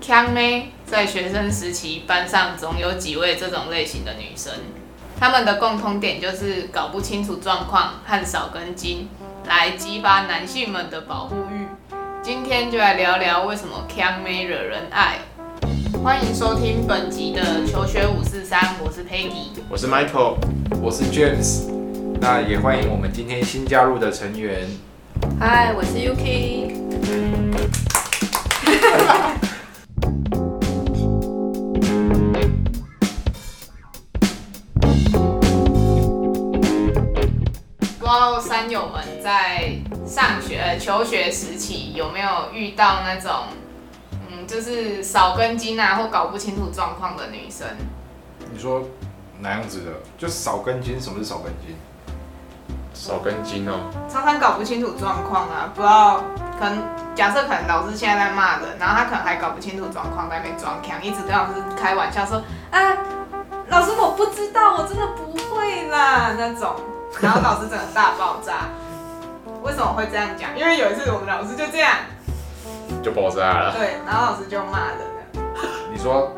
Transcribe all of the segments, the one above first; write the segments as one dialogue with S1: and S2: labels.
S1: 腔妹在学生时期班上总有几位这种类型的女生，她们的共通点就是搞不清楚状况和少根筋，来激发男性们的保护欲。今天就来聊聊为什么腔妹惹人爱。欢迎收听本集的求学五四三，我是 Peggy。
S2: 我是 Michael，
S3: 我是 James，那也欢迎我们今天新加入的成员。
S4: 嗨，我是 Yuki。
S1: 不知道山友们在上学、呃求学时期有没有遇到那种，嗯，就是少根筋啊，或搞不清楚状况的女生？
S3: 你说哪样子的？就少根筋？什么是少根筋？
S2: 少根筋哦，
S1: 常常搞不清楚状况啊，不知道可能假设可能老师现在在骂人，然后他可能还搞不清楚状况，在那边装腔，一直跟老师开玩笑说，啊，老师我不知道，我真的不会啦那种，然后老师整个大爆炸。为什么会这样讲？因为有一次我们老师就这样，
S2: 就爆炸了。
S1: 对，然后老师就骂人了，
S3: 你说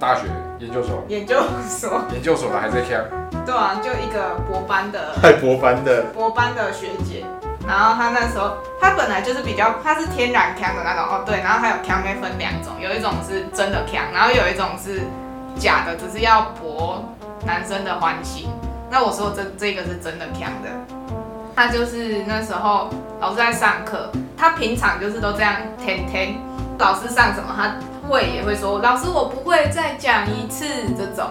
S3: 大学、研究所、
S1: 研究所，
S3: 研究所的还在看，
S1: 对啊，就一个博班的
S2: 太博班的，
S1: 博班的学姐，然后她那时候她本来就是比较，她是天然腔的那种哦，对，然后还有腔妹分两种，有一种是真的腔，然后有一种是假的，只是要博男生的欢心。那我说这这个是真的腔的，她就是那时候老师在上课，她平常就是都这样天天，老师上什么她会也会说，老师我不会再讲一次这种。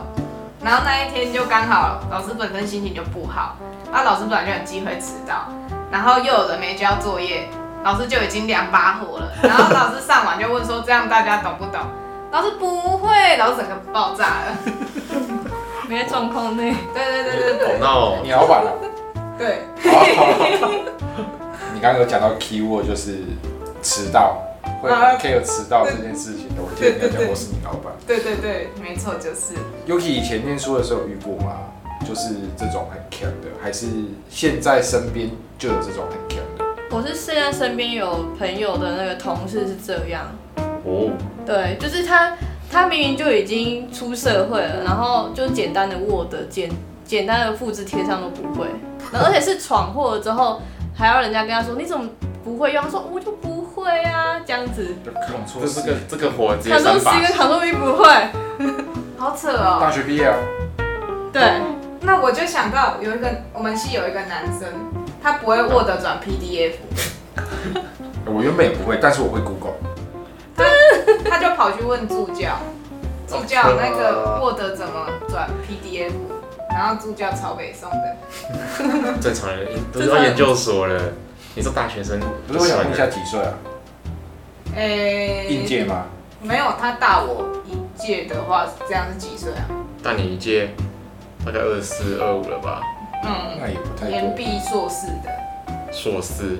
S1: 然后那一天就刚好老师本身心情就不好，啊，老师本来就很忌讳迟到，然后又有人没交作业，老师就已经两把火了。然后老师上完就问说：“这样大家懂不懂？”老师不会，老师整个爆炸了。
S4: 没在状况内，
S1: 对对对对
S2: 好
S1: 对
S2: 闹哦。
S3: 你老板了。
S1: 对，
S3: 好好好你刚刚有讲到 keyword 就是迟到，会
S1: 啊
S3: care 迟到这件事情的。我记得你有
S1: 对对
S3: 讲
S1: 对
S3: 过是你老板。
S1: 对对对，没错，就是。
S3: Yuki 以前念书的时候有遇过吗？就是这种很强的，还是现在身边就有这种很强的？
S4: 我是现在身边有朋友的那个同事是这样，
S2: 哦，
S4: 对，就是他，他明明就已经出社会了，然后就简单的 Word 简简单的复制贴上都不会，然后而且是闯祸了之后，还要人家跟他说你怎么不会用？他说我就不会啊，这样子。
S3: 就弄错
S2: 这
S3: 事
S2: 这个这个火直接
S4: 他说
S2: 三
S4: C
S2: 把
S4: 跟，他说 V 不会，
S1: 好扯
S3: 大
S1: 哦，
S3: 学毕业哦，
S4: 对，
S1: 那我就想到有一个我们系有一个男生，他不会 Word 转 PDF，
S3: 我原本也不会，但是我会 Google。
S1: 他就跑去问助 教，助教那个
S3: 哦
S1: Word 怎么转 PDF，然后助教超北宋的，
S2: 正常人都是要研究所了。你说大学生
S3: 不是我想问一下几岁啊？
S1: 诶、
S3: 应届吗？
S1: 没有，他大我一届的话，这样是几岁啊？
S2: 大你一届大概二四二五了吧？
S1: 嗯，
S3: 那也不太
S1: 研
S3: 多，
S1: 毕硕士的，
S2: 硕士，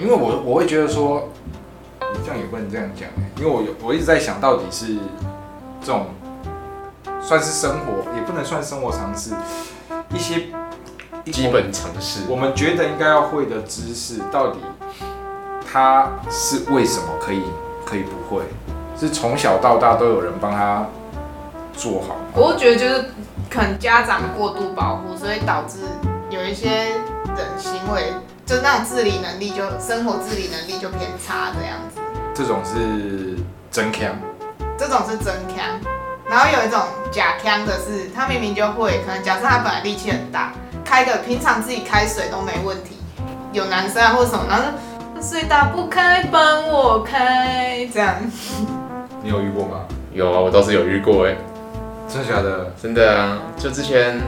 S3: 因为我我会觉得说，你这样也不能这样讲、欸，因为我有我一直在想到底是这种算是生活，也不能算生活常识，一些
S2: 基本常识。
S3: 我们觉得应该要会的知识，到底他是为什么可以可以不会？是从小到大都有人帮他做好吗？
S1: 我觉得就是可能家长过度保护，所以导致有一些人行为，就那种自理能力就呃生活自理能力就偏差这样子。
S3: 这种是真强，
S1: 这种是真腔，然后有一种假腔的是，他明明就会，可能假设他本来力气很大，开个平常自己开水都没问题，有男生啊或什么，然后就水打不开，帮我开，这样。
S3: 你有遇过吗？
S2: 有啊，我倒是有遇过哎、
S3: 真的假的？
S2: 真的啊，就之前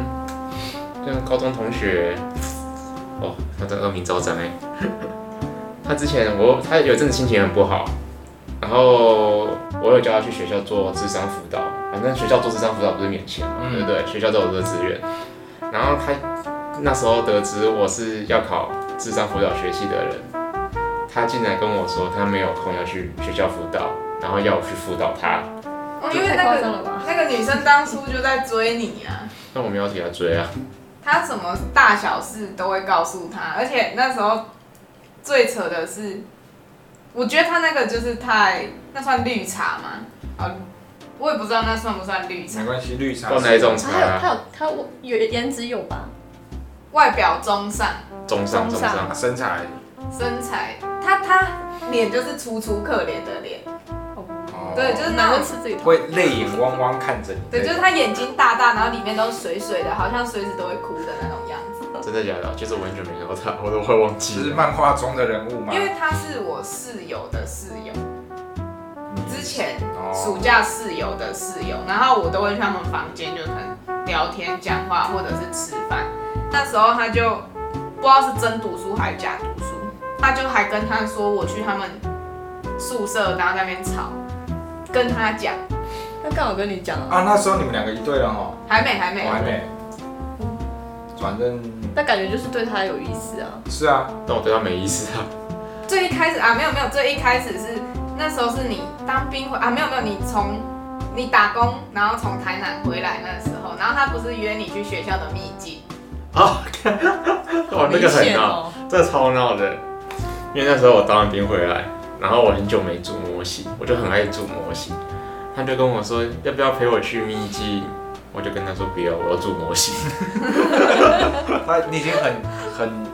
S2: 像高中同学，哦，他真恶名昭彰哎。他之前我他有一阵子心情很不好，然后我有叫他去学校做智商辅导，反正学校做智商辅导不是免钱嘛，
S3: 嗯
S2: 对不对？学校都有这个资源。然后他那时候得知我是要考智商辅导学系的人，他竟然跟我说他没有空要去学校辅导，然后要我去辅导他，
S1: 哦，因为
S4: 太
S1: 那
S4: 夸张
S1: 个
S4: 了吧？
S1: 那个女生当初就在追你啊，
S2: 那我没有替他追啊。
S1: 她什么大小事都会告诉她，而且那时候最扯的是，我觉得她那个就是太那算绿茶吗？哦，我也不知道那算不算绿茶
S3: 没。关系，绿茶
S2: 不知道哪一种
S4: 他有
S2: 茶，
S4: 他有他有颜颜值有吧？
S1: 外表中上，
S2: 中上
S4: 中
S2: 中
S4: 上
S2: 上，
S3: 身材
S1: 身材，他他脸就是楚楚可怜的脸，
S3: 哦，
S1: 对，就是那
S4: 难怪
S1: 种，
S4: 吃自己头。
S3: 会泪眼汪汪看着你，
S1: 对，就是他眼睛大大，然后里面都是水水的，好像随时都会哭的那种样子。
S2: 真的假的？其实我很久没看到他，我都快忘
S3: 这
S2: 记
S3: 是
S2: 了。
S3: 漫画中的人物吗？
S1: 因为他是我室友的室友，
S3: 你
S1: 之前暑
S3: 哦，
S1: 假室友的室友，然后我都会去他们房间，就可能聊天、讲话或者是吃饭。那时候他就不知道是真读书还是假读书，他就还跟他说我去他们宿舍，然后在那边吵，跟他讲，
S4: 那刚好跟你讲啊，
S3: 啊，那时候你们两个一对了哦，
S1: 还没还没
S3: 我还没，反正
S4: 那感觉就是对他有意思啊。
S3: 是啊，
S2: 但我对他没意思啊。
S1: 最一开始啊，没有没有，最一开始是那时候是你当兵回啊，没有没有，你从你打工，然后从台南回来那时候，然后他不是约你去学校的秘境，
S2: 啊，哇，那
S4: 明
S2: 个很
S4: 显
S2: 闹，
S4: 哦。
S2: 这超闹的。因为那时候我当完兵回来，然后我很久没组模型，我就很爱组模型。他就跟我说要不要陪我去秘境，我就跟他说不要，我要组模型。
S3: 他你已经很很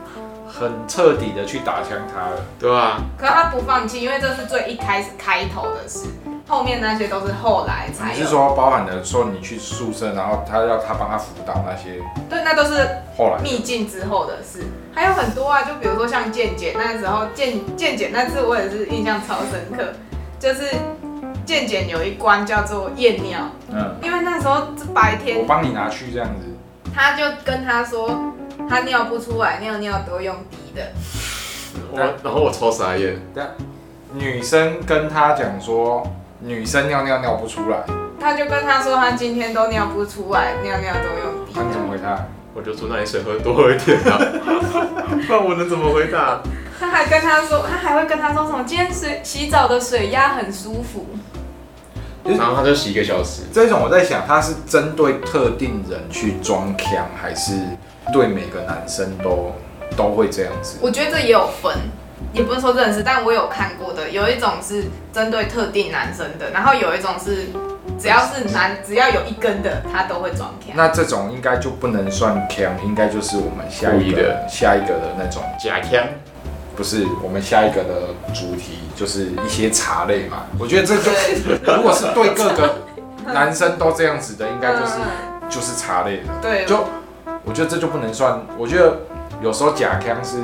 S3: 很彻底的去打枪他了，
S2: 对啊，
S1: 可是他不放弃，因为这是最一开始开头的事，后面那些都是后来才
S3: 你
S1: 有。
S3: 是说包含了说你去宿舍，然后他要他帮他辅导那些，
S1: 对，那都是
S3: 后来
S1: 秘境之后的事，还有很多啊，就比如说像健姐那时候，健健姐那次我也是印象超深刻，就是健姐有一关叫做验尿，
S3: 嗯，
S1: 因为那时候是白天
S3: 我帮你拿去这样子，
S1: 他就跟他说，他尿不出来，尿尿都用滴的。
S2: 我然后我超傻眼，
S3: 女生跟他讲说女生尿尿尿不出来，
S1: 他就跟他说，他今天都尿不出来，尿尿都用滴
S3: 他你怎么
S1: 的。
S3: 回他？
S2: 我就说那你水喝多喝一点啊， 不然我能怎么回答？
S1: 他还跟他说，他还会跟他说什么，今天水洗澡的水压很舒服。
S2: 然后他就洗一个小时，
S3: 这种我在想，他是针对特定人去装腔，还是对每个男生都都会这样子？
S1: 我觉得这也有分，也不是说认识，但我有看过的，有一种是针对特定男生的，然后有一种是只要是男，只要有一根的，他都会装腔。
S3: 那这种应该就不能算腔，应该就是我们下
S2: 故
S3: 一
S2: 意
S3: 个
S2: 的
S3: 下一个的那种，
S2: 假腔。
S3: 不是我们下一个的主题就是一些茶类嘛。我觉得这就
S1: 对，
S3: 如果是对各个男生都这样子的，应该 就是
S1: 嗯
S3: 就是茶类的。
S1: 对，嗯
S3: 就我觉得这就不能算，我觉得有时候假腔是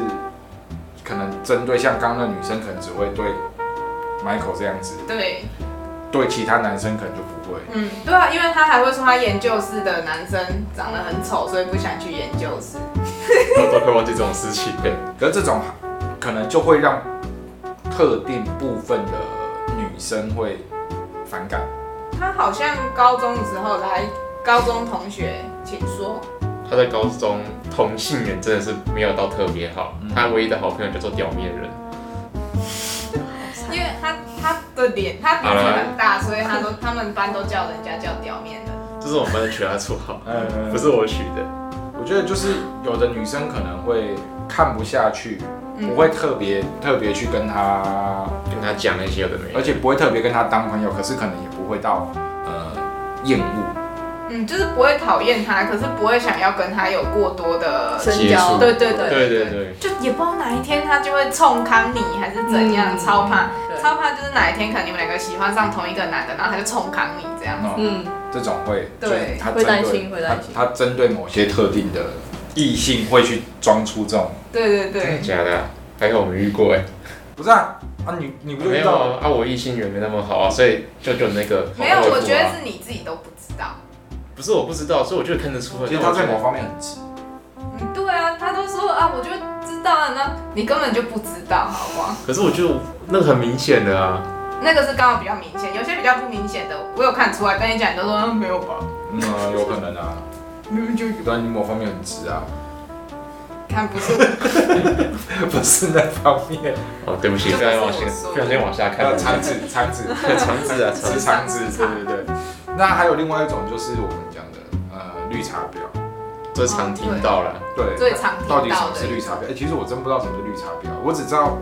S3: 可能针对像刚刚那女生，可能只会对 Michael 这样子，
S1: 对。
S3: 对其他男生可能就不会。
S1: 嗯，对啊，因为他还会说他研究室嗯的男生长得很丑，所以不想去研究室。
S2: 我都快忘记这种事情了。
S3: 可是这种可能就会让特定部分的女生会反感。
S1: 他好像高中的时候来高中同学，请说。
S2: 他在高中同性缘真的是没有到特别好，
S3: 嗯
S2: 他唯一的好朋友叫做表面人。
S1: 因为他他的脸，他鼻子很大，所以他都他们班都叫人家叫表面的。
S2: 这是我们班的取他绰号，
S3: 嗯，
S2: 不是我取的。
S3: 我觉得就是有的女生可能会看不下去，
S1: 嗯
S3: 不会特别特别去跟他，
S2: 跟他讲那些有的没
S3: 而
S2: 的，
S3: 且不会特别跟他当朋友，可是可能也不会到呃厌恶。
S1: 嗯，就是不会讨厌他，可是不会想要跟他有过多的。
S4: 哦深交，
S1: 对对对
S2: 对对对，
S1: 就也不知道哪一天他就会冲康你还是怎样，
S4: 嗯
S1: 超怕
S4: 对
S1: 超怕就是哪一天可能你们两个喜欢上同一个男的，然后他就冲康你这样。
S3: 嗯，
S4: 嗯，
S3: 这种会
S1: 对
S3: 就是他
S4: 会
S3: 针
S4: 担
S3: 对
S4: 心会担心
S3: 他他针对某些特定的异性会去装出这种，
S1: 对对对。
S2: 真的假的啊？还好我没遇过哎、
S3: 不是啊啊你你不就
S2: 没
S3: 遇
S2: 有
S3: 到了
S2: 啊，啊我异性缘没那么好啊，所以就就那个
S1: 没有，
S2: 好
S1: 我
S2: 就啊
S1: 觉得是你自己都不知道。
S2: 不是我不知道，所以我就看得出来。
S3: 其实他在某方面很直，
S1: 嗯，对啊，他都说啊，我就知道啊，那你根本就不知道，好不好？
S2: 可是我就那个很明显的啊，
S1: 那个是刚好比较明显，有些比较不明显的，我有看出来，跟你讲，你都说、嗯、没有吧，
S3: 嗯，有可能啊，
S1: 明明就有，
S3: 对啊，你某方面很直啊，
S1: 看不是我，
S3: 不是那方面，
S2: 哦，对不起，
S1: 这
S2: 不
S1: 不是我
S2: 小心往
S1: 说
S2: 下，
S1: 的
S2: 不小心往下看
S3: 呃，
S2: 了，
S3: 肠子，肠子，
S2: 肠子啊，
S3: 是肠子，对对对。那还有另外一种就是我们讲的呃绿茶婊，
S2: 这常听到了，
S3: 对，呃
S1: 最常听
S3: 到底什
S1: 到
S3: 么是
S1: 的。
S3: 绿茶婊？哎、其实我真不知道什么是绿茶婊，我只知道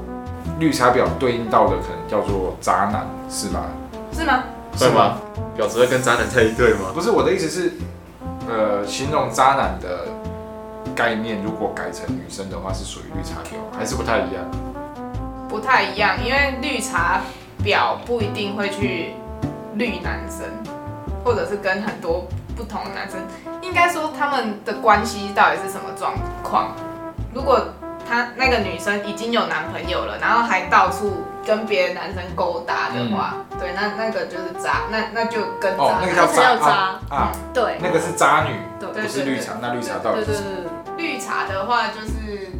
S3: 绿茶婊对应到的可能叫做渣男，是吗？
S1: 是吗？
S2: 会吗？婊子会跟渣男在一对吗？
S3: 不是我的意思是，呃，形容渣男的概念，如果改成女生的话，是属于绿茶婊，还是不太一样？
S1: 不太一样，因为绿茶婊不一定会去绿男生，或者是跟很多不同的男生，应该说他们的关系到底是什么状况？如果她那个女生已经有男朋友了，然后还到处跟别的男生勾搭的话，对，那那个就是渣，那那就跟渣、
S3: 哦，那个叫
S4: 还是
S3: 渣
S4: 要渣
S3: 啊啊，
S4: 对
S3: 那个是渣女，
S4: 对
S3: 不是绿茶。那绿茶到底
S4: 对对
S3: 是
S4: 对
S3: 什么？
S1: 绿茶的话就是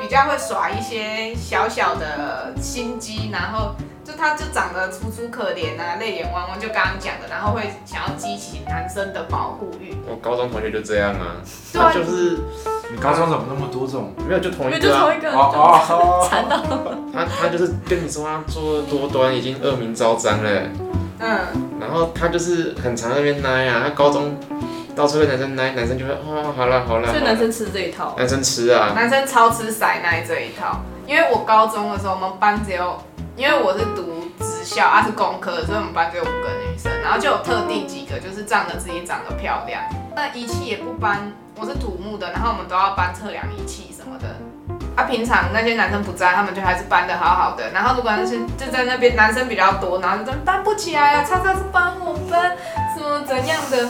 S1: 比较会耍一些小小的心机，然后就他就长得楚楚可怜啊，泪眼汪汪，就刚刚讲的，然后会想要激起男生的保护欲。
S2: 我高中同学就这样啊，
S1: 对啊
S2: 他就是
S3: 你高中怎么那么多这种？
S2: 没有就同
S4: 因为
S2: 一
S4: 就
S2: 个啊
S4: 同，一个
S3: 哦
S4: 人就
S3: 哦，
S4: 缠到
S2: 他他就是跟你说他作恶多端，已经恶名昭彰了，
S1: 嗯，
S2: 然后他就是很常在那边奶啊，他高中到处跟男生奶，男生就会哦好啦好啦，
S4: 所以
S2: 好啦
S4: 男生吃这一套，
S2: 男生吃啊，
S1: 男生超吃塞奶这一套，因为我高中的时候，我们班只有，因为我是读职校，啊是工科，所以我们班只有五个女生，然后就有特定几个就是仗着自己长得漂亮，那仪器也不搬，我是土木的，然后我们都要搬测量仪器什么的。啊，平常那些男生不在，他们就还是搬的好好的。然后如果那些就在那边男生比较多，然后就说搬不起来啊，叉叉是帮我搬，什么怎样的，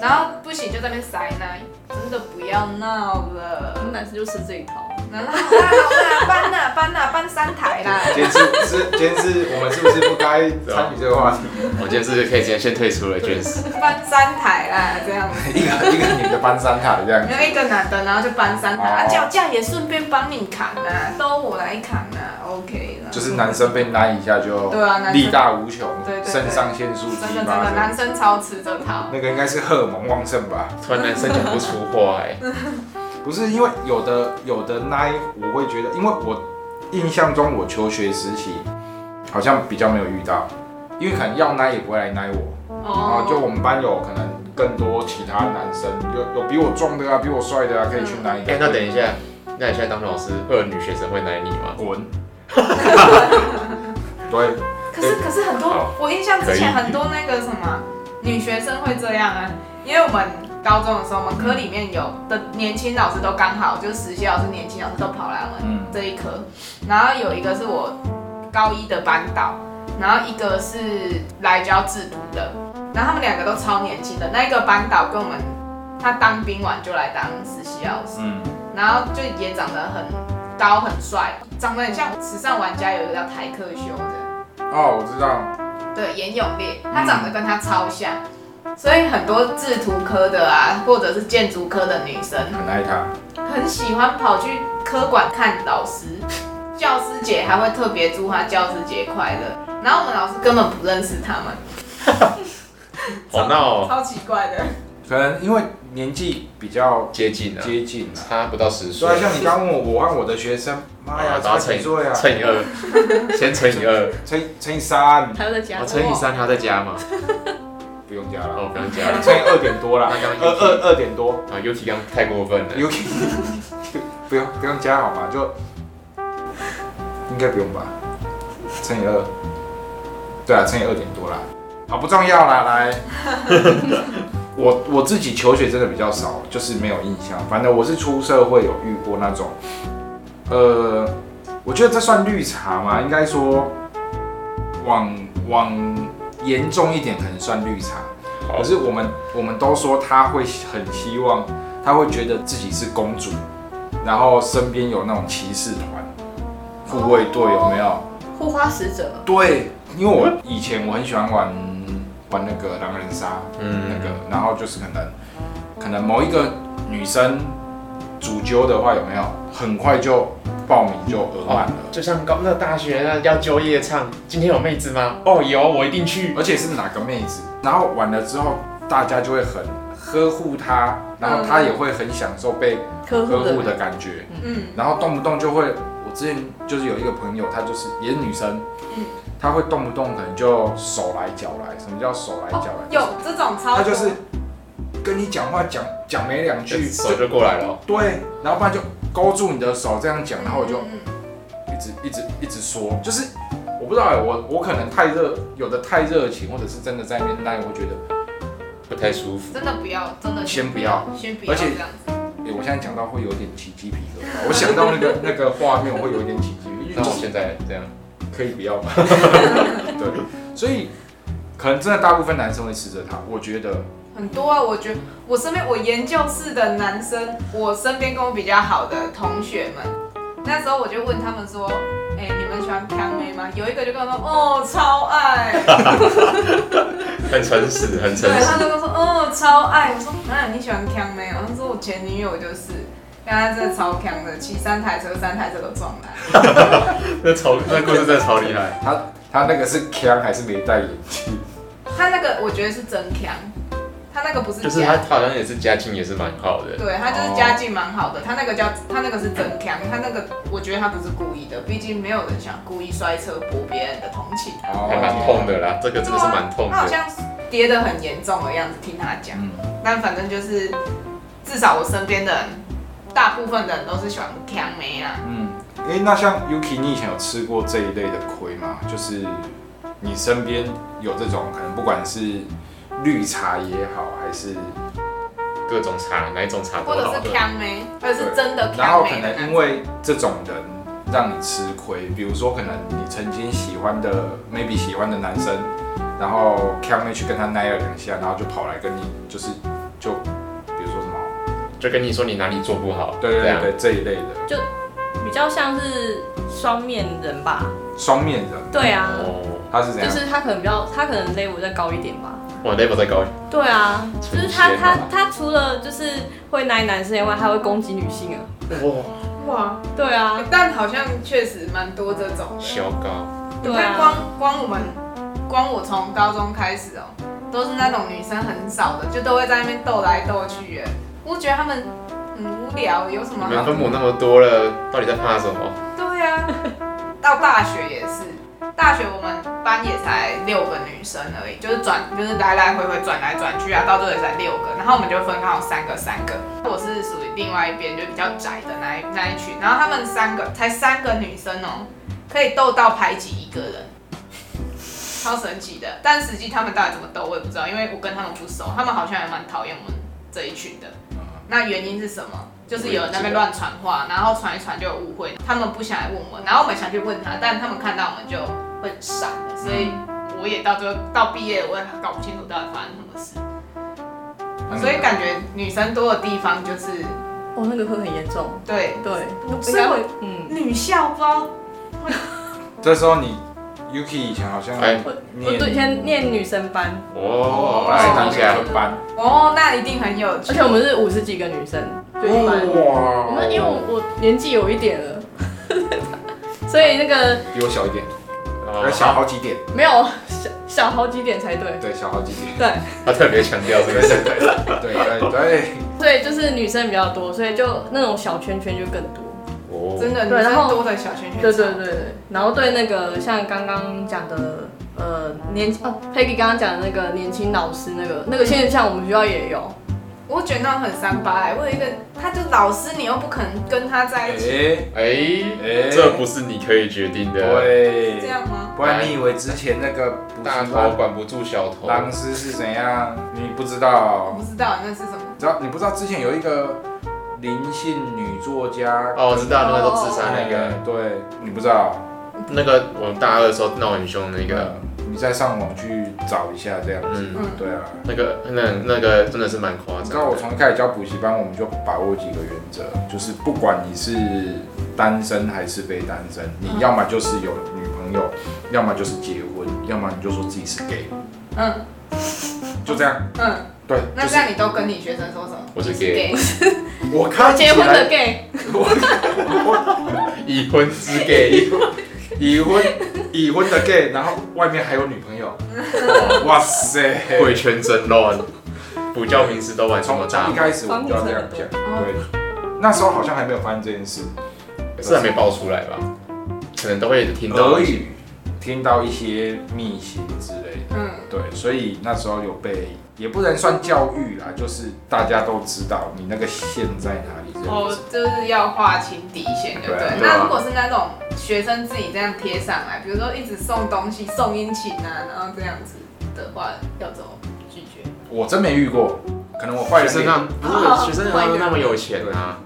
S1: 然后不行就在那边塞奶，真的不要闹了。
S4: 我们男生就吃这一套。
S1: 然后好啦好啦，搬啦搬啦搬三 台啦。
S3: 今天是是今天是我们是不是不该
S2: 啊
S3: 参与这个话题？
S2: 我今天是不是可以直接先退出了，确实。
S1: 搬三台啦，这样子。
S3: 一个一个女的搬三塔这样子
S1: 没有一个男的，然后就搬三台，啊
S3: 哦
S1: 叫架也顺便帮你扛啊，都我来扛啊，OK 啦。
S3: 就是男生被拉一下就
S1: 对啊男生
S3: 力大无穷
S1: 对对，对
S3: 肾上腺素
S1: 真
S3: 激
S1: 的真
S3: 发
S1: 的，男
S3: 的，
S1: 生超吃这套。
S3: 那个应该是荷尔蒙旺盛吧？
S2: 突然男生讲不出话 哎、
S3: 不是因为有的有的奶，我会觉得，因为我印象中我求学时期好像比较没有遇到，因为可能要奶也不会来奶我，
S1: 哦
S3: 然后哦就我们班有可能更多其他男生，有有比我壮的啊，比我帅的啊，可以去奶
S2: 哎、
S3: 的。
S2: 那等一下，那你现在当老师，会有女学生会奶你吗？
S3: 滚。 对，
S1: 可是可是很多
S2: 哎好，
S1: 我印象之前
S2: 可以
S1: 很多那个什么女学生会这样啊，因为我们高中的时候，我们科里面有的年轻老师都刚好就是实习老师、年轻老师都跑来我们
S3: 嗯
S1: 这一科，然后有一个是我高一的班导，然后一个是来教制图的，然后他们两个都超年轻的，那一个班导跟我们他当兵完就来当实习老师。
S3: 嗯，
S1: 然后就也长得很高很帅，长得很像时尚玩家有一个叫台克修的，
S3: 哦，我知道，
S1: 对，严永烈，
S3: 嗯
S1: 他长得跟他超像，所以很多制图科的啊，或者是建筑科的女生，
S3: 很爱他。
S1: 很喜欢跑去科馆看老师，教师节还会特别祝他教师节快乐，然后我们老师根本不认识他们，
S2: 好闹哦，
S1: 超奇怪的，
S3: 可能因为年纪比较
S2: 接近啊，
S3: 接近啊，
S2: 差不到十岁
S3: 所以，像你刚问我，我和我的学生，妈呀，
S2: 然
S3: 差
S2: 后乘
S3: 几
S2: 以
S3: 岁啊？
S2: 乘 以二，先乘 以二，
S3: 乘以乘以三，
S4: 还要再加
S2: 我、，乘以三还要再加嘛？
S3: 不用加了，
S2: 哦，不用加了，
S3: 乘以二点多啦，
S2: 那刚
S3: 二
S2: 刚
S3: 二二点多，
S2: 啊，U T 刚太过分了，
S3: 有 不用不用加好吗？就应该不用吧，乘以二，对啊，乘以二点多啦，好不重要啦，来。我我自己求学真的比较少，就是没有印象。反正我是出社会有遇过那种，呃，我觉得这算绿茶嘛？应该说往往严重一点，可能算绿茶。
S2: 好
S3: 可是我们我们都说他会很希望，他会觉得自己是公主，然后身边有那种骑士团、护卫队，有没有？
S4: 护花使者，
S3: 对，因为我以前我很喜欢玩玩那个狼人杀，
S2: 嗯
S3: 那个，然后就是可能可能某一个女生主揪的话，有没有很快就报名就额满了，
S2: 就像高那大学那要就业唱，今天有妹子吗？哦，有，我一定去。
S3: 而且是哪个妹子，然后完了之后大家就会很呵护她，然后她也会很享受被
S4: 呵
S3: 呵
S4: 护
S3: 护
S4: 的
S3: 的感觉，
S1: 嗯，
S3: 然后动不动就会，我之前就是有一个朋友，她就是也是女生
S1: 嗯。
S3: 她会动不动可能就手来脚来，什么叫手来脚来？
S1: 哦有这种超，
S3: 他就是跟你讲话讲讲没两句，
S2: 手就过来了哦，
S3: 对，然后不然就勾住你的手这样讲，然后我就
S1: 嗯嗯
S3: 你直一直一直说，就是我不知道哎、我我可能太热，有的太热情，或者是真的在面待，我觉得
S2: 不太舒服。
S1: 真的不要，真的
S3: 先不要。
S1: 先不要
S3: 而且
S1: 这样子。
S3: 哎、我现在讲到会有点起鸡皮疙瘩，我想到那个 那个画面，我会有一点起鸡皮疙
S2: 那
S3: 瘩。
S2: 我
S3: 就是
S2: 现在这样，
S3: 可以不要吗？ 对，所以可能真的大部分男生会吃着它，我觉得
S1: 很多啊，我觉得我身边我研究室的男生，我身边跟我比较好的同学们，那时候我就问他们说，哎、你们喜欢康妹吗？有一个就跟我说，哦，超爱。
S2: 很诚实，很诚
S1: 对，
S2: 实。
S1: 他就跟我说，哦，超爱。我说，啊，你喜欢康妹哦？他说我前女友就是，但她真的超康的，骑三台车，三台车都撞了。
S2: 那超那故事真的超厉害。
S3: 他他那个是腔还是没戴眼镜？
S1: 他那个我觉得是真康，他那个不是
S2: 就是
S1: 假
S2: 他，他好像也是家境也是蛮好的，
S1: 对他就是
S3: 哦
S1: 家境蛮好的，他那个叫他那个是真强，他那个我觉得他不是故意的，毕竟没有人想故意摔车博别人的同情。啊
S2: 还蛮痛的哦啦。这个真的是蛮痛
S1: 他好
S2: 的。
S1: 像跌得很严重的样子，听他讲。
S3: 嗯，
S1: 但反正就是，至少我身边的人，大部分的人都是喜欢强妹啊。
S3: 嗯，哎、那像 Yuki，你以前有吃过这一类的亏吗？就是你身边有这种可能，不管是绿茶也好，还是
S2: 各种茶，哪一种茶都
S1: 或者
S2: 好
S1: 是
S2: 喝。
S1: 强妹，或者是真的
S3: 然后
S1: 强
S3: 可
S1: 妹的
S3: 能
S1: 那
S3: 因
S1: 种。
S3: 为这种人让你吃亏，比如说可能你曾经喜欢的 maybe 喜欢的男生，然后 c a m 去跟他奈了两下，然后就跑来跟你就是就比如说什么，
S2: 就跟你说你哪里做不好，
S3: 对对
S2: 这
S3: 对
S2: 样
S3: 对这一类的
S4: 比较像是双面人吧？
S3: 双面人，
S4: 对啊，
S2: 哦，
S3: 他是怎
S4: 就
S3: 样？
S4: 是他可能比较，他可能 level 再高一点吧。
S2: 我 level 再高一点，
S4: 对啊，就是他
S2: 神仙
S4: 他
S2: 啊
S4: 他除了就是会奶男生以外，他会攻击女性啊。
S2: 哇，
S1: 哇，
S4: 对啊，
S1: 但好像确实蛮多这种的。
S2: 小高，
S1: 你
S4: 对
S1: 看
S4: 啊，
S1: 光光我们，光我从高中开始哦、都是那种女生很少的，就都会在那边斗来斗去耶。我觉得他们很无聊，有什么
S2: 你们
S1: 好？
S2: 分母那么多了，到底在怕什么？
S1: 对啊，到大学也是，大学我们班也才六个女生而已，就是转就是来来回回转来转去啊，到最后也才六个，然后我们就分刚好三个三个。我是属于另外一边就比较窄的那一那一群，然后他们三个才三个女生哦、可以斗到排挤一个人。超神奇的，但实际他们到底怎么斗我也不知道，因为我跟他们不熟，他们好像也蛮讨厌我们这一群的。那原因是什么？就是有人在那边乱传话，然后传一传就有误会，他们不想来问我，然后我们想去问他，但他们看到我们就会闪了，所以
S4: 嗯
S1: 我也到最后到毕业，我也搞不清楚到底发生什么事，
S4: 嗯
S3: 那你
S1: 所以感觉女生多的地方就是
S4: 哦，那个会很严重。
S1: 对
S4: 对，
S1: 所以我
S4: 应该嗯，
S1: 女校包，
S3: 这时候你 Yuki 以前好像
S2: 哎
S3: 念
S4: 我我对以前念女生班，
S2: 哦，
S3: 来
S2: 来
S3: 当
S2: 当
S3: 下
S2: 下
S3: 的班，
S1: 哦，那一定很有趣，
S4: 而且我们是五十几个女生，就一班。
S3: 哇
S4: 我们因为我我年纪有一点了， 所以那个
S3: 比我小一点，
S2: 哦
S3: 要小好几点，
S4: 没有小小好几点才对。
S3: 对，小好几点，
S4: 对，
S2: 他特别强调这个事，
S3: 对对对，
S4: 所以就是女生比较多，所以就那种小圈圈就更多。
S2: 哦，
S1: 真的女
S4: 对然
S1: 生
S4: 后
S1: 多的小圈圈，
S4: 对对对对，然后对那个像刚刚讲的，呃，年哦，Peggy 刚刚讲的那个年轻老师那个那个现象，我们学校也有。
S1: 我觉得那种很三八哎、我有一个，他就老师，你又不可能跟他在一起，
S3: 哎，哎
S2: 哎，这不是你可以决定的，
S4: 哎
S3: 对，
S1: 这样吗？
S3: 不然你以为之前那个补
S2: 大
S3: 习
S2: 头
S3: 班
S2: 管不住小头，
S3: 狼师是怎样？你不知
S1: 我
S3: 道
S1: 不，知道那是什么，
S3: 你知道你不知道之前有一个灵性女作家
S2: 哦，我知道那个都自杀那
S3: 哎
S2: 个，
S3: 对，你不知道
S2: 那个我们大二的时候闹很凶的那
S3: 那
S2: 个，
S3: 个，嗯你再上网去找一下这样子。
S2: 嗯，
S1: 嗯，
S3: 对啊，
S2: 那个那那个真的是蛮夸
S3: 你知
S2: 张的。
S3: 道我从一开始教补习班，我们就把握几个原则，就是不管你是单身还是非单身，你要么就是有女朋友，要么就是结婚，要么你就说自己是 gay，
S1: 嗯
S3: 就这样。
S1: 嗯，
S3: 对，
S1: 那
S3: 就
S1: 这
S3: 是
S1: 样你都跟你学生说什么？
S2: 我是
S1: 你
S2: gay
S3: 我看起
S4: 结婚的
S3: 来
S4: gay，
S2: 已婚之 gay，
S3: 已婚 已婚的 gay，然后外面还有女朋友，哇塞！
S2: 鬼圈真乱，补教名师都玩这么
S3: 从从
S2: 大
S3: 一，开始我们就要这样讲，对。那时候好像还没有发生这件事，哎
S2: 是还没爆出来吧？可能都会听到
S3: 俄。语听到一些秘辛之类的，
S1: 嗯，
S3: 对，所以那时候有被，也不能算教育啦，就是大家都知道你那个线在哪里这样
S1: 哦
S3: 子。，
S1: 就是要划清底线，对不
S3: 对
S1: 对
S3: 啊？
S2: 对啊
S1: 那如果是那种学生自己这样贴上来，比如说一直送东西、送殷勤啊，然后这样子的话，要怎么拒绝？
S3: 我真没遇过，可能我坏
S2: 学
S3: 人
S2: 生啊
S3: 脸。
S2: 那不
S1: 哦
S2: 是学生哪有那么有钱啊？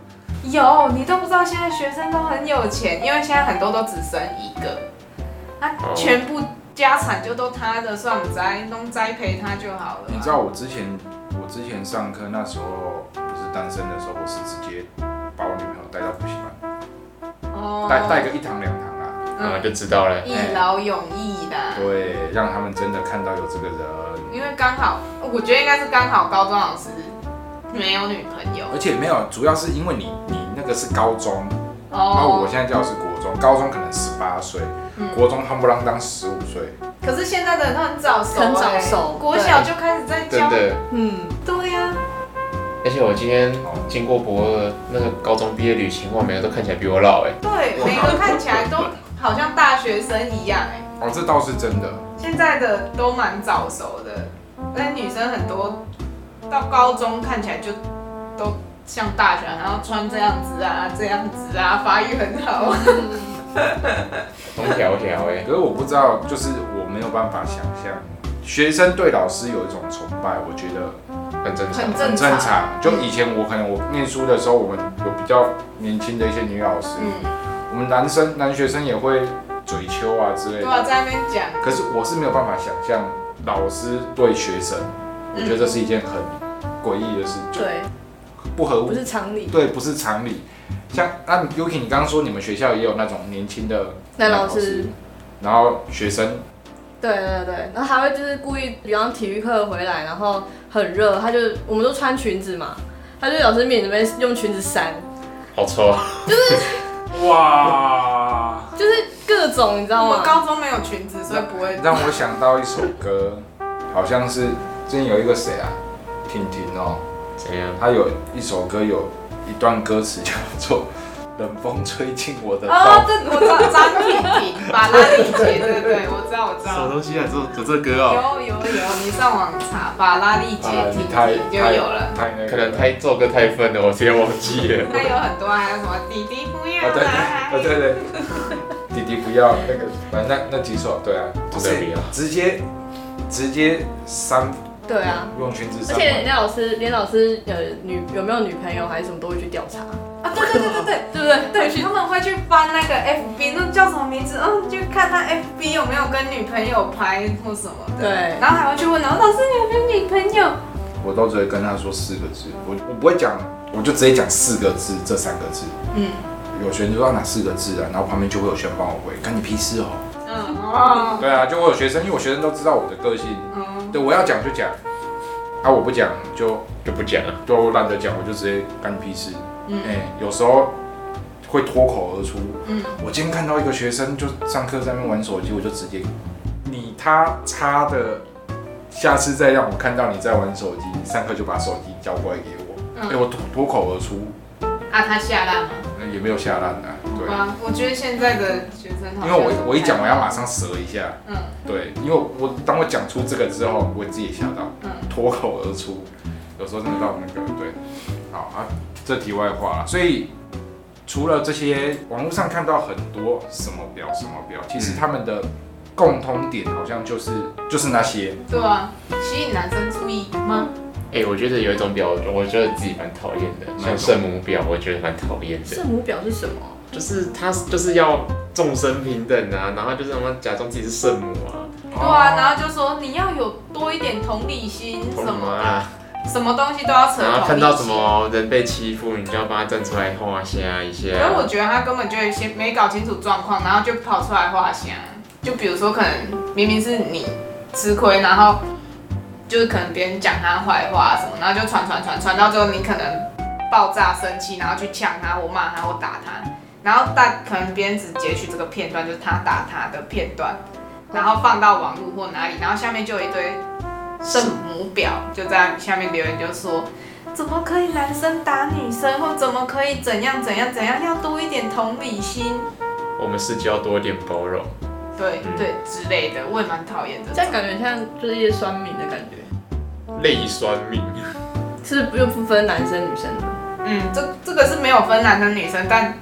S1: 有，你都不知道现在学生都很有钱，因为现在很多都只生一个，他
S2: 哦
S1: 全部家产就都他的，算不栽，弄栽培他就好了啊。
S3: 你知道我之前，我之前上课那时候不是单身的时候，我是直接把我女朋友带到补习班，
S1: 哦，
S3: 带带个呃一堂两堂啦，
S2: 啊，
S1: 嗯，
S2: 就知道了。
S1: 一劳永逸啦。
S3: 对，让他们真的看到有这个人，
S1: 因为刚好，我觉得应该是刚好高中老师没有女朋友
S3: 而且没有，主要是因为你你那个是高中，然后我
S1: 哦。
S3: 现在教的是国中，高中可能十八岁，
S1: 嗯
S3: 国中夯不啷当十五岁，
S1: 可是现在的人都很早熟、欸，
S4: 很早熟
S1: 国小就开始在
S2: 真
S1: 教。
S2: 的，
S4: 嗯，
S1: 对啊呀、
S2: 而且我今天经过博二那个高中毕业旅行，哇，每个都看起来比我老哎。
S1: 对，每个看起来都好像大学生一样、欸，
S3: 哦，这倒是真的。
S1: 现在的都蛮早熟的，但女生很多到高中看起来就都像大学，然后穿这样子啊，这样子啊，发育很好。
S2: 空调调 哎，
S3: 可是我不知道，就是我没有办法想象，学生对老师有一种崇拜，我觉得
S2: 很正常
S1: 很。正嗯
S3: 很正常。就以前我可能我念书的时候，我们有比较年轻的一些女老师，
S1: 嗯，
S3: 我们男生男学生也会嘴丘啊之类
S1: 对
S3: 的。
S1: 啊，在那边讲，
S3: 可是我是没有办法想象老师对学生，我觉得这是一件很诡异的事，就
S4: 对，
S3: 不合
S4: 不是常理。
S3: 对，不是常理。像那 Yuki，你刚刚说你们学校也有那种年轻的
S4: 男老师，
S3: 然后学生，
S4: 对对对，然后还会就是故意，比方体育课回来，然后很热，他就我们都穿裙子嘛，他就老师面准备用裙子扇，
S2: 好臭啊！
S3: 哇，
S4: 就是各种你知道
S1: 我
S4: 吗？
S1: 高中没有裙子，所以不会。
S3: 让我想到一首歌，好像是最近有一个谁啊，婷婷哦，
S2: 怎样？
S3: 她有一首歌有一段歌词叫做“冷风吹进我的
S1: 哦，
S3: 包
S1: 这我知道张婷婷，把拉里姐，对对对，我知道我知道。
S2: 东西啊？这有这歌？
S1: 有有有，你上网查法拉利”，姐
S3: 啊，
S1: 婷
S3: 你太
S1: 婷就
S3: 太
S1: 有了。
S3: 太那个了，
S2: 可能太这首歌太愤了，我直接忘记了。
S1: 那有很多啊，还有什么弟弟不
S3: 啊
S1: 要
S3: 对
S1: 来
S3: 啊， 对对，弟弟不要那个，反正那那几首对啊，
S2: 不
S3: 就
S2: 得
S3: 是
S2: 了
S3: 直接直接删
S4: 对啊，
S3: 用裙子
S4: 而
S3: 删
S4: 且人
S3: 完，
S4: 家老师连老师呃女有没有女朋友还是什么都会去调查，
S1: 啊，对对对对对。
S4: 对不对？
S1: 对
S4: 会，去
S1: 他们会去翻那个 FB，那叫什么名字？嗯，就看他 FB 有没有跟女朋友拍或什么的。
S4: 对
S1: 然后还会去问，然后老师你有没有女朋友？
S3: 我都只会跟他说四个字，我我不会讲，我就直接讲四个字这三个字。
S1: 嗯
S3: 有学生就说哪四个字啊，然后旁边就会有学生帮我回，干你屁事哦。
S1: 嗯哦
S3: 对啊，就会有学生，因为我学生都知道我的个性，
S1: 嗯，
S3: 对我要讲就讲，啊我不讲就
S2: 就不讲了。
S3: 就懒得讲，我就直接干你屁事。
S1: 嗯
S3: 哎、有时候会脱口而出。
S1: 嗯
S3: 我今天看到一个学生就上课在那边玩手机，我就直接你他叉的，下次再让我看到你在玩手机，你上课就把手机交过来给我。哎、
S1: 嗯
S3: 我脱脱口而出，
S1: 啊，他下烂吗？
S3: 那也没有下烂啊，对。
S1: 啊，我觉得现在的学生好像
S3: 因为我我一讲，我要马上折一下，
S1: 嗯
S3: 对，因为我当我讲出这个之后，我自己也吓到，
S1: 嗯
S3: 脱口而出，有时候真的到那个对，好啊，这题外话啦。所以除了这些网络上看到很多什么表什么表，其实
S2: 嗯
S3: 他们的共通点好像就是就是那些，
S1: 对啊，吸引男生注意吗？
S2: 哎、我觉得有一种表，我觉得自己蛮讨厌的，
S3: 哪种
S2: 像圣母表，我觉得蛮讨厌的。
S4: 圣母表是什么？
S2: 就是他就是要众生平等啊，然后就是让他假装自己是圣母啊，
S1: 对啊，然后就说你要有多一点同理心
S2: 同
S1: 什
S2: 什么
S1: 么的，
S2: 啊？
S1: 什么东西都要扯
S2: 然后
S1: 同
S2: 看
S1: 理
S2: 到什
S1: 心。
S2: 么人被欺负，你就要帮他站出来画下一下。
S1: 可是我觉得他根本就有一些没搞清楚状况，然后就跑出来画像。就比如说，可能明明是你吃亏，然后就是可能别人讲他坏话什么，然后就传传传传到最后，你可能爆炸生气，然后去呛他或骂他或打他，然后但可能别人只截取这个片段，就是他打他的片段，然后放到网络或哪里，然后下面就有一堆圣母婊就在下面留言就说。怎么可以男生打女生，或怎么可以怎样怎样怎样，要多一点同理心。
S2: 我们是就要多一点包容，
S1: 对
S2: 嗯
S1: 对之类的，我也蛮讨厌的。
S4: 这样感觉像就是一些酸民的感觉，
S2: 泪酸命，
S4: 是不又不分男生女生的，
S1: 嗯，这这个是没有分男生女生，但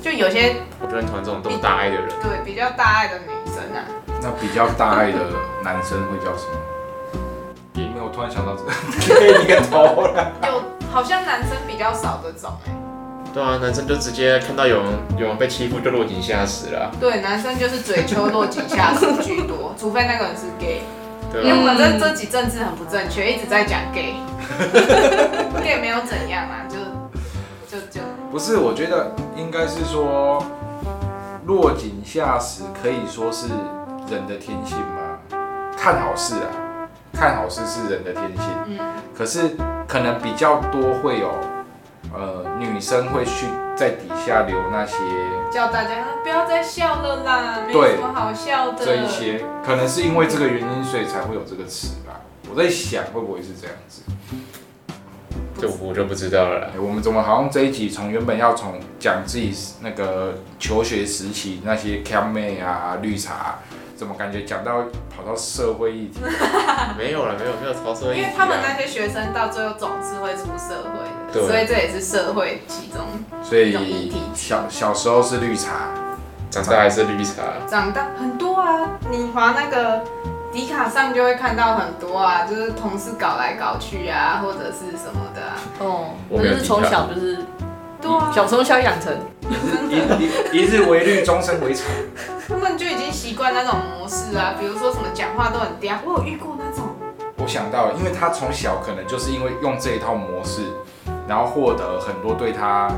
S1: 就有些
S2: 我就很讨厌这种这么大爱的人。
S1: 对比较大爱的女生啊，
S3: 那比较大爱的男生会叫什么？因为我突然想到这个， 给你个头了。
S1: 有好像男生比较少这种哎、
S2: 对啊，男生就直接看到有人有人被欺负就落井下石了啊，
S1: 对，男生就是追求落井下石居 多，除非那个人是 gay。因
S2: 对
S1: 为
S2: 啊，
S1: 我们这这几阵子很不正确，一直在讲 gay，gay 没有怎样啊，就就就
S3: 不是，我觉得应该是说落井下石，可以说是人的天性吗？看好事啊，看好事是人的天性。
S1: 嗯
S3: 可是可能比较多会有，呃，女生会去在底下留那些
S1: 叫大家不要再笑了啦，没
S3: 对
S1: 什么好笑的。
S3: 这一些，可能是因为这个原因，所以才会有这个词吧。我在想会不会是这样子？
S2: 就我就不知道了啦。
S3: 哎我们怎么好像这一集从原本要从讲自己那个求学时期那些 cam 妹啊、绿茶、怎么感觉讲到跑到社会议题？
S2: 没有了，没有没有超社会议
S1: 因
S2: 题啊
S1: 为他们那些学生到最后总是会出社会
S2: 对
S1: 的，所以这也是社会其中
S3: 所
S1: 容易
S3: 以
S1: 提
S3: 小小时候是绿茶，
S2: 长大还是绿茶，
S1: 长大很多啊。你滑那个迪卡上就会看到很多啊，就是同事搞来搞去啊，或者是什么的啊。
S4: 哦，我
S2: 我没有
S4: 就是从小就是
S1: 对啊，
S4: 小从小养成，
S3: 一一一日为绿，终身为茶。
S1: 他们就已经习惯那种模式啊，比如说什么讲话都很嗲，我有遇过那种。
S3: 我想到了，因为他从小可能就是因为用这一套模式，然后获得很多对他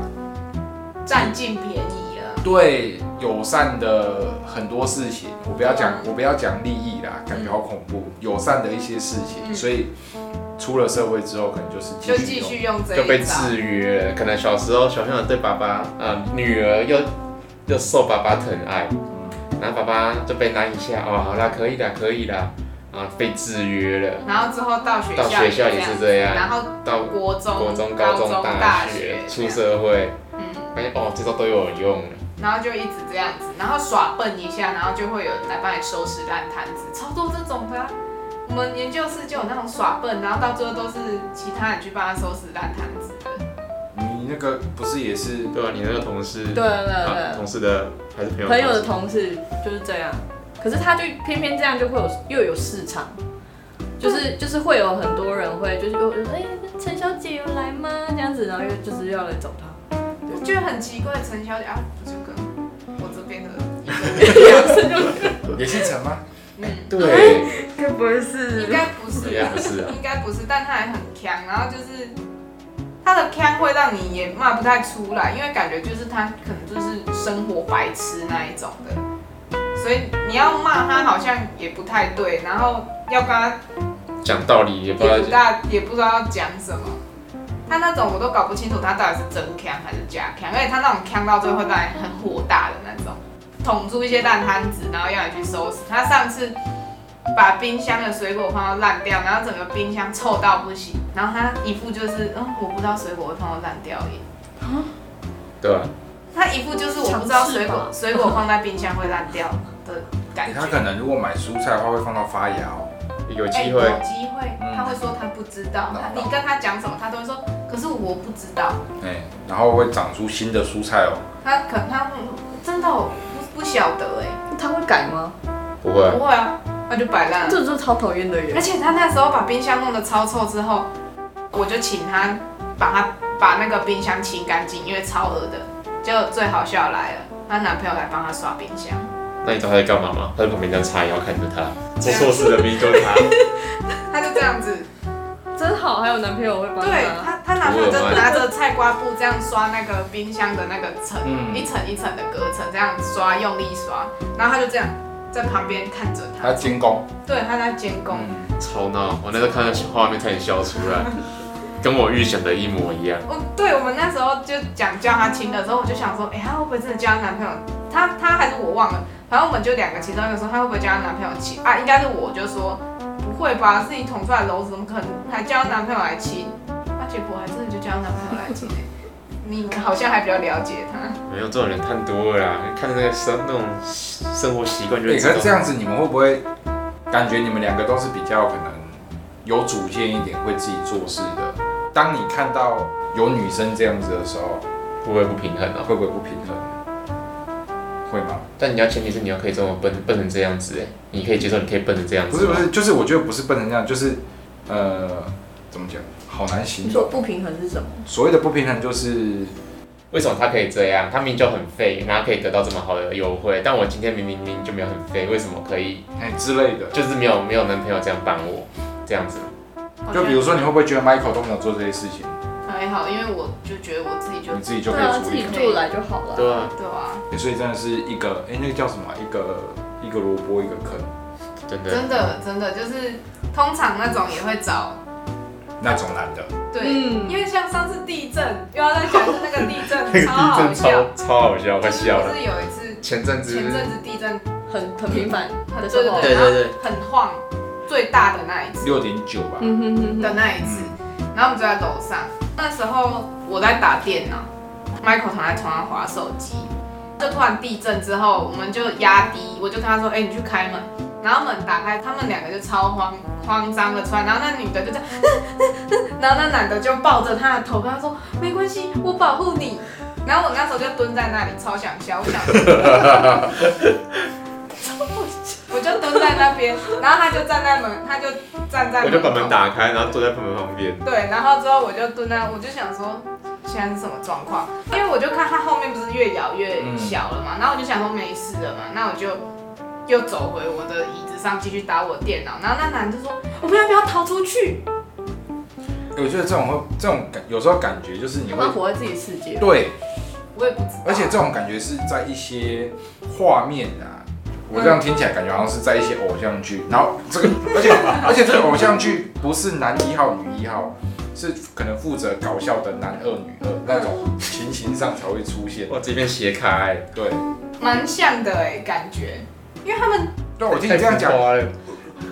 S1: 占尽便宜了。
S3: 对友善的很多事情。我不要
S1: 嗯
S3: 讲，我不要讲利益啦，感觉好恐怖。友善的一些事情，
S1: 嗯
S3: 所以出了社会之后，可能就是
S1: 就
S3: 继
S1: 继
S3: 续用。
S1: 续用这
S2: 就被
S1: 一招。
S2: 制约了。可能小时候小朋友对爸爸，呃，女儿又又受爸爸疼爱，然后爸爸就被拉一下，哦，好啦，可以啦，可以啦，啊，被制约了。
S1: 然后之后到学校
S2: 到学校也是这样
S1: 然后
S2: 到
S1: 国中、
S2: 国中、
S1: 高
S2: 高中、
S1: 大
S2: 大学
S1: 学、
S2: 出社会，
S1: 嗯，
S2: 发现哦，这招都有用了。
S1: 然后就一直这样子，然后耍笨一下，然后就会有人来帮你收拾烂摊子，超多这种的啊、我们研究室就有那种耍笨，然后到最后都是其他人去帮他收拾烂摊子的。
S3: 你那个不是也是
S2: 对啊，你那个同事，
S4: 对对
S1: 呃
S2: 啊，同
S4: 对
S2: 事的还是朋友
S4: 对，
S2: 的
S4: 朋友的
S2: 同
S4: 同
S2: 事
S4: 事就是这样，可是他就偏偏这样就会有又有市场。就是就是会有很多人会就是又哎陈小姐有来吗这样子，然后又就是要来找他，
S1: 我觉得很奇怪，陈小姐啊，不就跟我这边的一
S3: 也姓陈吗？
S1: 个，嗯。
S2: 对，
S4: 该不会
S1: 应
S4: 是
S1: 该不是，
S2: 应该不是啊
S1: 应该不是，但他还很强，然后就是他的强会让你也骂不太出来，因为感觉就是他可能就是生活白痴那一种的，所以你要骂他好像也不太对，然后要跟他
S2: 讲道理
S1: 也
S2: 也不知道
S1: 不大也不知道要讲什么。他那种我都搞不清楚他到底是真强还是假强，而且他那种强到最后让你很火大的那种，捅出一些烂摊子，然后要你去收拾。他上次把冰箱的水果放到烂掉，然后整个冰箱臭到不行，然后他一副就是嗯我不知道水果会放到烂掉耶，
S2: 对啊吧？
S1: 他一副就是我不知道水果
S4: 尝
S1: 水果放在冰箱会烂掉的感
S3: 欸
S1: 觉。
S3: 他可能如果买蔬菜的话，会放到发芽哦。
S2: 有
S1: 哎
S2: 机
S1: 有
S2: 会，嗯
S1: 机会，
S3: 嗯
S1: 他会说他不知道，
S3: 那
S1: 他
S3: 那
S1: 你跟他讲什么，他都会说可是我不知道。
S3: 哎、然后会长出新的蔬菜哦。
S1: 他可他嗯真的我不不晓得哎、
S4: 他会改吗？
S2: 不会
S1: 不会啊，他就摆烂了。
S4: 这就超讨厌的耶
S1: 而。且他那时候把冰箱弄得超臭之后，我就请他把他把那个冰箱清干净，因为超恶的。结果最好笑来了，她男朋友来帮她刷冰箱，
S2: 那你知道他在干嘛吗？他在旁边这样叉腰看着他，做错事的明明就是他。
S1: 他就这样子，
S4: 真好，还有男朋友会帮
S1: 对
S4: 他。
S1: 她她男朋友就拿着菜瓜布这样刷那个冰箱的那个层，
S3: 嗯
S1: 一层一层的隔层这样刷，用力刷，然后他就这样在旁边看着
S3: 他
S1: 她，
S3: 监工，
S1: 对，他在监
S3: 嗯
S1: 工。
S2: 超闹！我那时候看到画面差点笑出来，跟我预想的一模一样。
S1: 我对我们那时候就讲叫她亲的时候，我就想说，哎、她会不会真的叫她男朋友？她她还是我忘了，反正我们就两个，其中一个说她会不会叫她男朋友亲啊？应该是我就说不会吧，是你捅出啊来的篓子，怎么可能还叫她男朋友来亲？她结果还真的就叫她男朋友来亲、欸， 你好像还比较了解他，
S2: 没有这种人看多了啦，看那个生那种生活习惯就
S3: 对，
S2: 会知
S3: 哎可是这
S2: 道。
S3: 样子你们会不会感觉你们两个都是比较可能有主见一点，会自己做事的？当你看到有女生这样子的时候，
S2: 不会不平衡哦。
S3: 会不会不平衡？会吗？
S2: 但你要前提是你要可以这么笨笨成这样子，哎，你可以接受，你可以笨成这样子。
S3: 不是不，是，就是我觉得不是笨成这样，就是呃，怎么讲？好难形
S4: 你
S3: 容
S4: 说。不平衡是什么？
S3: 所谓的不平衡就是
S2: 为什么他可以这样？他明明就很废，然后可以得到这么好的优惠，但我今天明明明明就没有很废，为什么可以？
S3: 哎、之类的。
S2: 就是没有没有男朋友这样帮我，这样子。
S3: 就比如说，你会不会觉得 Michael 都没有做这些事情，
S1: 还好，因为我就觉得我自己就
S3: 你自己就
S4: 对
S3: 可以
S4: 啊，
S3: 处
S4: 自
S3: 理
S4: 己
S3: 好？
S4: 做来就好了。
S2: 对啊，
S1: 对啊，
S3: 所以真的是一个，哎、那个叫什么啊？一个一个萝卜一个坑
S2: 真的。
S1: 真的真的就是通常那种也会找
S3: 那种男的。
S1: 对，
S4: 嗯
S1: 因为像上次地震又要再讲是那个地
S2: 那
S1: 震
S2: 个
S1: 超
S2: 地
S1: 好
S2: 震
S1: 笑，
S2: 超超好笑，我快
S1: 就是
S2: 笑
S1: 不
S2: 了。
S1: 是有一次
S2: 前阵子
S1: 前阵子地震
S4: 很很频繁
S1: 很
S4: 的
S1: 对
S4: 时候，
S1: 对
S2: 对对
S1: 然后很晃，最大的那一次
S3: 六点九吧。
S4: 嗯哼哼
S1: 的
S4: 哼，
S1: 那一次，然后我们就在楼上，那时候我在打电脑，Michael 躺在床上划手机，就突然地震之后，我们就压低，我就跟他说，哎、你去开门。然后门打开，他们两个就超慌慌张的出来，然后那女的就这样， 然后那男的就抱着她的头，跟她说没关系，我保护你。然后我那时候就蹲在那里，超想笑，我想， 我就蹲在那边，然后他就站在门，他就站在
S2: 我就把
S1: 口
S2: 门打开，然后坐在门旁边。
S1: 对，然后之后我就蹲在，我就想说现在是什么状况，因为我就看它后面不是越摇越小了
S3: 嗯
S1: 嘛，然后我就想说没事了嘛，那我就又走回我的椅子上继续打我电脑，然后那男的就说我们要不要逃出去？
S3: 欸我觉得这种会，这种感有时候感觉就是你
S4: 他
S3: 会
S4: 们活在自己世 界。
S3: 对，
S1: 我也不知道，
S3: 而且这种感觉是在一些画面啊，我这样听起来感觉好像是在一些偶像剧，然后 这个，而且而且这个偶像剧不是男一号女一号，是可能负责搞笑的男二女二那种情形上才会出现。
S2: 哇，这边斜开。
S3: 对，
S1: 蛮像的哎、感觉，因为他们
S3: 对我听你这 样讲，
S2: 太浮夸了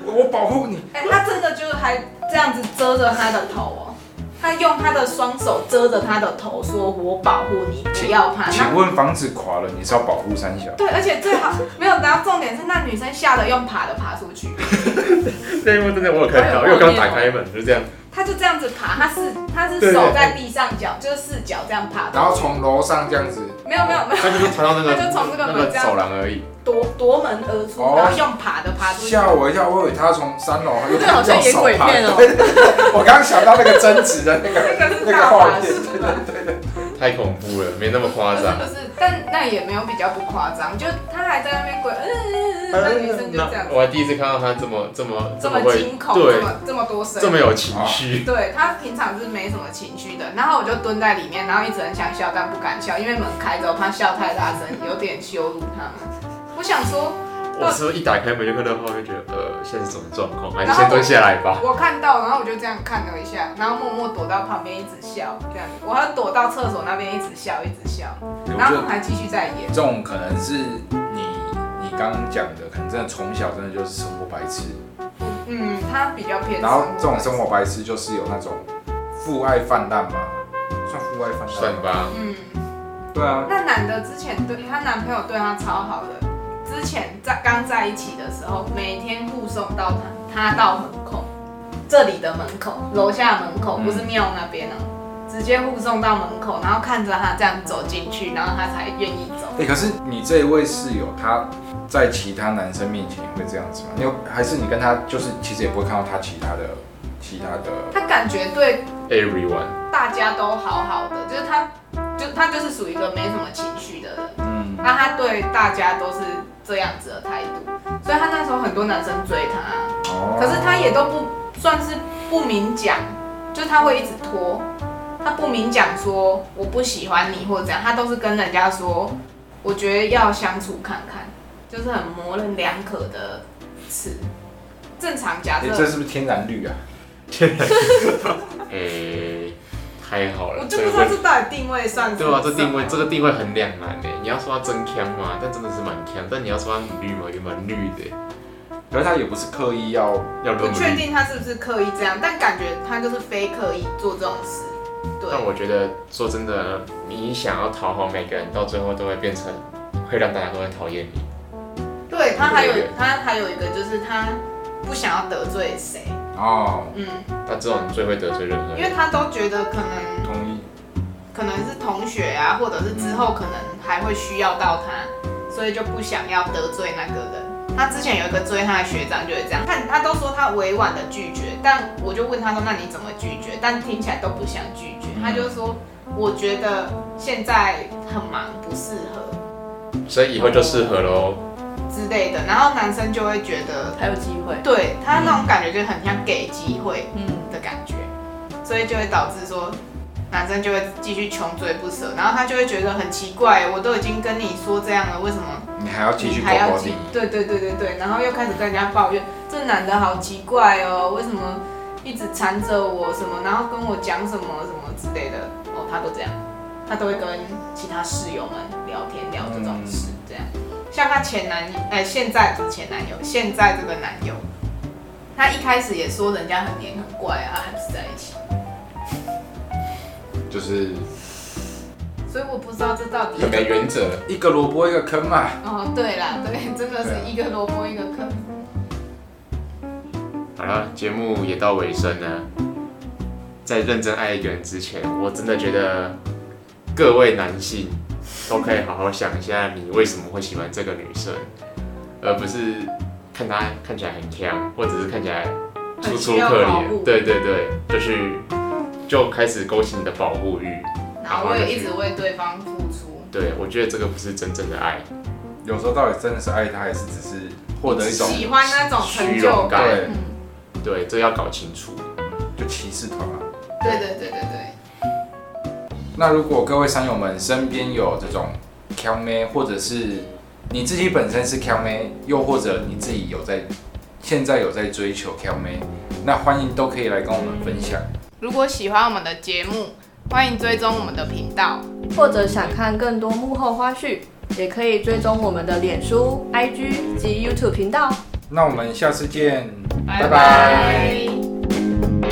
S3: 我我保护你，
S1: 哎、他真的就是还这样子遮着他的头哦。他用他的双手遮着他的头，说：“我保护你，不要怕。”然后
S3: 请问房子垮了，你是要保护三小？
S1: 对，而且最好没有。然后重点是那女生吓得用爬的爬出去，
S2: 那一幕真的我有看到，因为我刚打开门就这样，
S1: 她就这样子爬，她是她是
S2: 对
S1: 手在地上脚，就是四脚这样爬的。
S3: 然后从楼上这样子，
S1: 没有没有没有，
S2: 他就是传到 那个
S1: 他就从这个
S2: 那
S1: 门
S2: 个
S1: 这样
S2: 走廊而已。
S1: 夺夺门而出，
S3: 哦
S1: 然后用爬的爬出去。
S3: 吓我一跳，我以为他从三楼又
S4: 这好像演鬼片哦
S3: 对对对我刚刚想到那个争执的那个
S1: 这个是
S3: 那个
S1: 大
S3: 画
S1: 法
S3: 面，
S1: 术吧？
S2: 太恐怖了，没那么
S1: 不
S2: 夸
S1: 是
S2: 张。
S1: 不是，但那也没有比较不夸张，就她还在那边滚，嗯嗯嗯， 那女生就这样
S2: 那我还第一次看到他这么这么
S1: 这么
S2: 么会
S1: 惊恐，啊这
S2: 对，
S1: 么这么多声，
S2: 这么有情绪。
S1: 对他平常是没什么情绪的，然后我就蹲在里面，然后一直很想笑，但不敢笑，因为门开着，我怕笑太大声，有点羞辱他们。我想说，
S2: 我是不是一打开门就看到画面，觉得呃现在是什么状况？还是先蹲下来吧。
S1: 我看到，然后我就这样看了一下，然后默默躲到旁边一直笑，这样，我还躲到厕所那边一直笑，一直笑，
S3: 我
S1: 然
S3: 觉
S1: 后
S3: 得
S1: 还继续在演。
S3: 这种可能是你你刚刚讲的，可能真的从小真的就是生活白痴，
S1: 嗯，他比较偏。
S3: 然后这种生，活白痴就是有那种父爱泛滥嘛，算父爱泛滥，
S2: 算，吧，
S1: 嗯，
S3: 对啊，
S1: 那男的之前对她男朋友对她超好的，之前在刚在一起的时候，每天护送到她，她到门口，这里的门口，楼下门口，
S3: 嗯
S1: 不是庙那边哦，直接护送到门口，然后看着她这样走进去，然后她才愿意走。
S3: 哎、可是你这一位室友他。在其他男生面前也会这样子吗？你有还是你跟他就是其实也不会看到他其他的其他的，
S1: 她感觉对
S2: everyone
S1: 大家都好好的，就是她，就她就是属于一个没什么情绪的人。
S3: 嗯，
S1: 那他对大家都是这样子的态度，所以他那时候很多男生追他，啊
S3: 哦
S1: 可是他也都不算是不明讲，就是他会一直拖，他不明讲说我不喜欢你或者怎样，他都是跟人家说，我觉得要相处看看，就是很模棱两可的词。正常假
S3: 哎、
S1: 设
S3: 这是不是天然绿啊？
S2: 诶，太好
S1: 我
S2: 了，
S1: 就不
S2: 这个
S1: 知道
S2: 问
S1: 这到底定位算是
S2: 对啊，这
S1: 什么
S2: 定位这个定位很两难诶。你要说他真强嘛，但真的是蛮强；但你要说他很绿嘛，也蛮绿的，
S3: 可是他也不是刻意要
S2: 要
S1: 不
S2: 多努
S1: 确
S2: 力。
S1: 定他是不是刻意这样，但感觉他就是非刻意做这种事。
S2: 但
S1: 对，
S2: 我觉得说真的，你想要讨好每个人，到最后都会变成会让大家都会讨厌你。
S1: 对他还有
S2: 对
S1: 他还有一个就是他不想要得罪谁，
S3: 哦，
S1: 嗯，
S2: 那这种最会得罪任何
S1: 因为
S2: 人。
S1: 他都觉得可能
S3: 同意。
S1: 可能是同学啊，或者是之后可能还会需要到他，所以就不想要得罪那个人。他之前有一个追他的学长就是这样，他他都说他委婉的拒绝，但我就问他说那你怎么拒绝？但听起来都不想拒绝，他就说我觉得现在很忙，不适合
S2: 所以以后就适合喽。
S1: 之类的。然后男生就会觉得，
S4: 才有机会。
S1: 对他那种感觉就很像给机会
S4: 嗯，
S1: 的感觉，所以就会导致说男生就会继续穷追不舍，然后他就会觉得很奇怪，我都已经跟你说这样了，为什么
S3: 你还要继
S1: 你
S3: 续勾
S1: 还要
S3: 勾
S1: 继
S3: 你？
S1: 对对对对对，然后又开始跟人家抱怨，这男的好奇怪哦，为什么一直缠着我什么，然后跟我讲什么什么之类的，哦，他都这样，他都会跟其他室友们聊天聊这种事，这样。像他前男友，哎、现在不是前男友，现在这个男友，他一开始也说人家很黏很怪啊，还不是在一起，
S3: 就是
S1: 所以我不知道这到底
S3: 啊
S2: 很没原则，
S3: 一个萝卜一个坑嘛。
S1: 哦，对啦，对，真
S3: 啊
S1: 的是一个萝卜一个坑。
S2: 好了，节目也到尾声了。在认真爱一个人之前，我真的觉得各位男性都可以好好想一下，你为什么会喜欢这个女生，而不是看她看起来很强，或者是看起来楚楚
S1: 很需
S2: 可
S1: 要保护
S2: 怜。对对对，就是就开始勾起你的保护欲。
S1: 然后我也一直为对方付出，
S2: 对我觉得这个不是真正的爱，
S3: 有时候到底真的是爱他，还是只是获得一种
S1: 喜欢那种成就感。
S3: 对
S1: 嗯，
S2: 对，这要搞清楚。
S3: 就歧视团啊？
S1: 对对对对对，
S3: 那如果各位山友们身边有这种挑妹，或者是你自己本身是挑妹，又或者你自己有在现在有在追求挑妹，那欢迎都可以来跟我们分享。
S1: 如果喜欢我们的节目，欢迎追踪我们的频道。
S4: 或者想看更多幕后花絮，也可以追踪我们的脸书、IG 及 YouTube 频道。
S3: 那我们下次见，
S1: 拜
S3: 拜
S1: 拜
S3: 拜。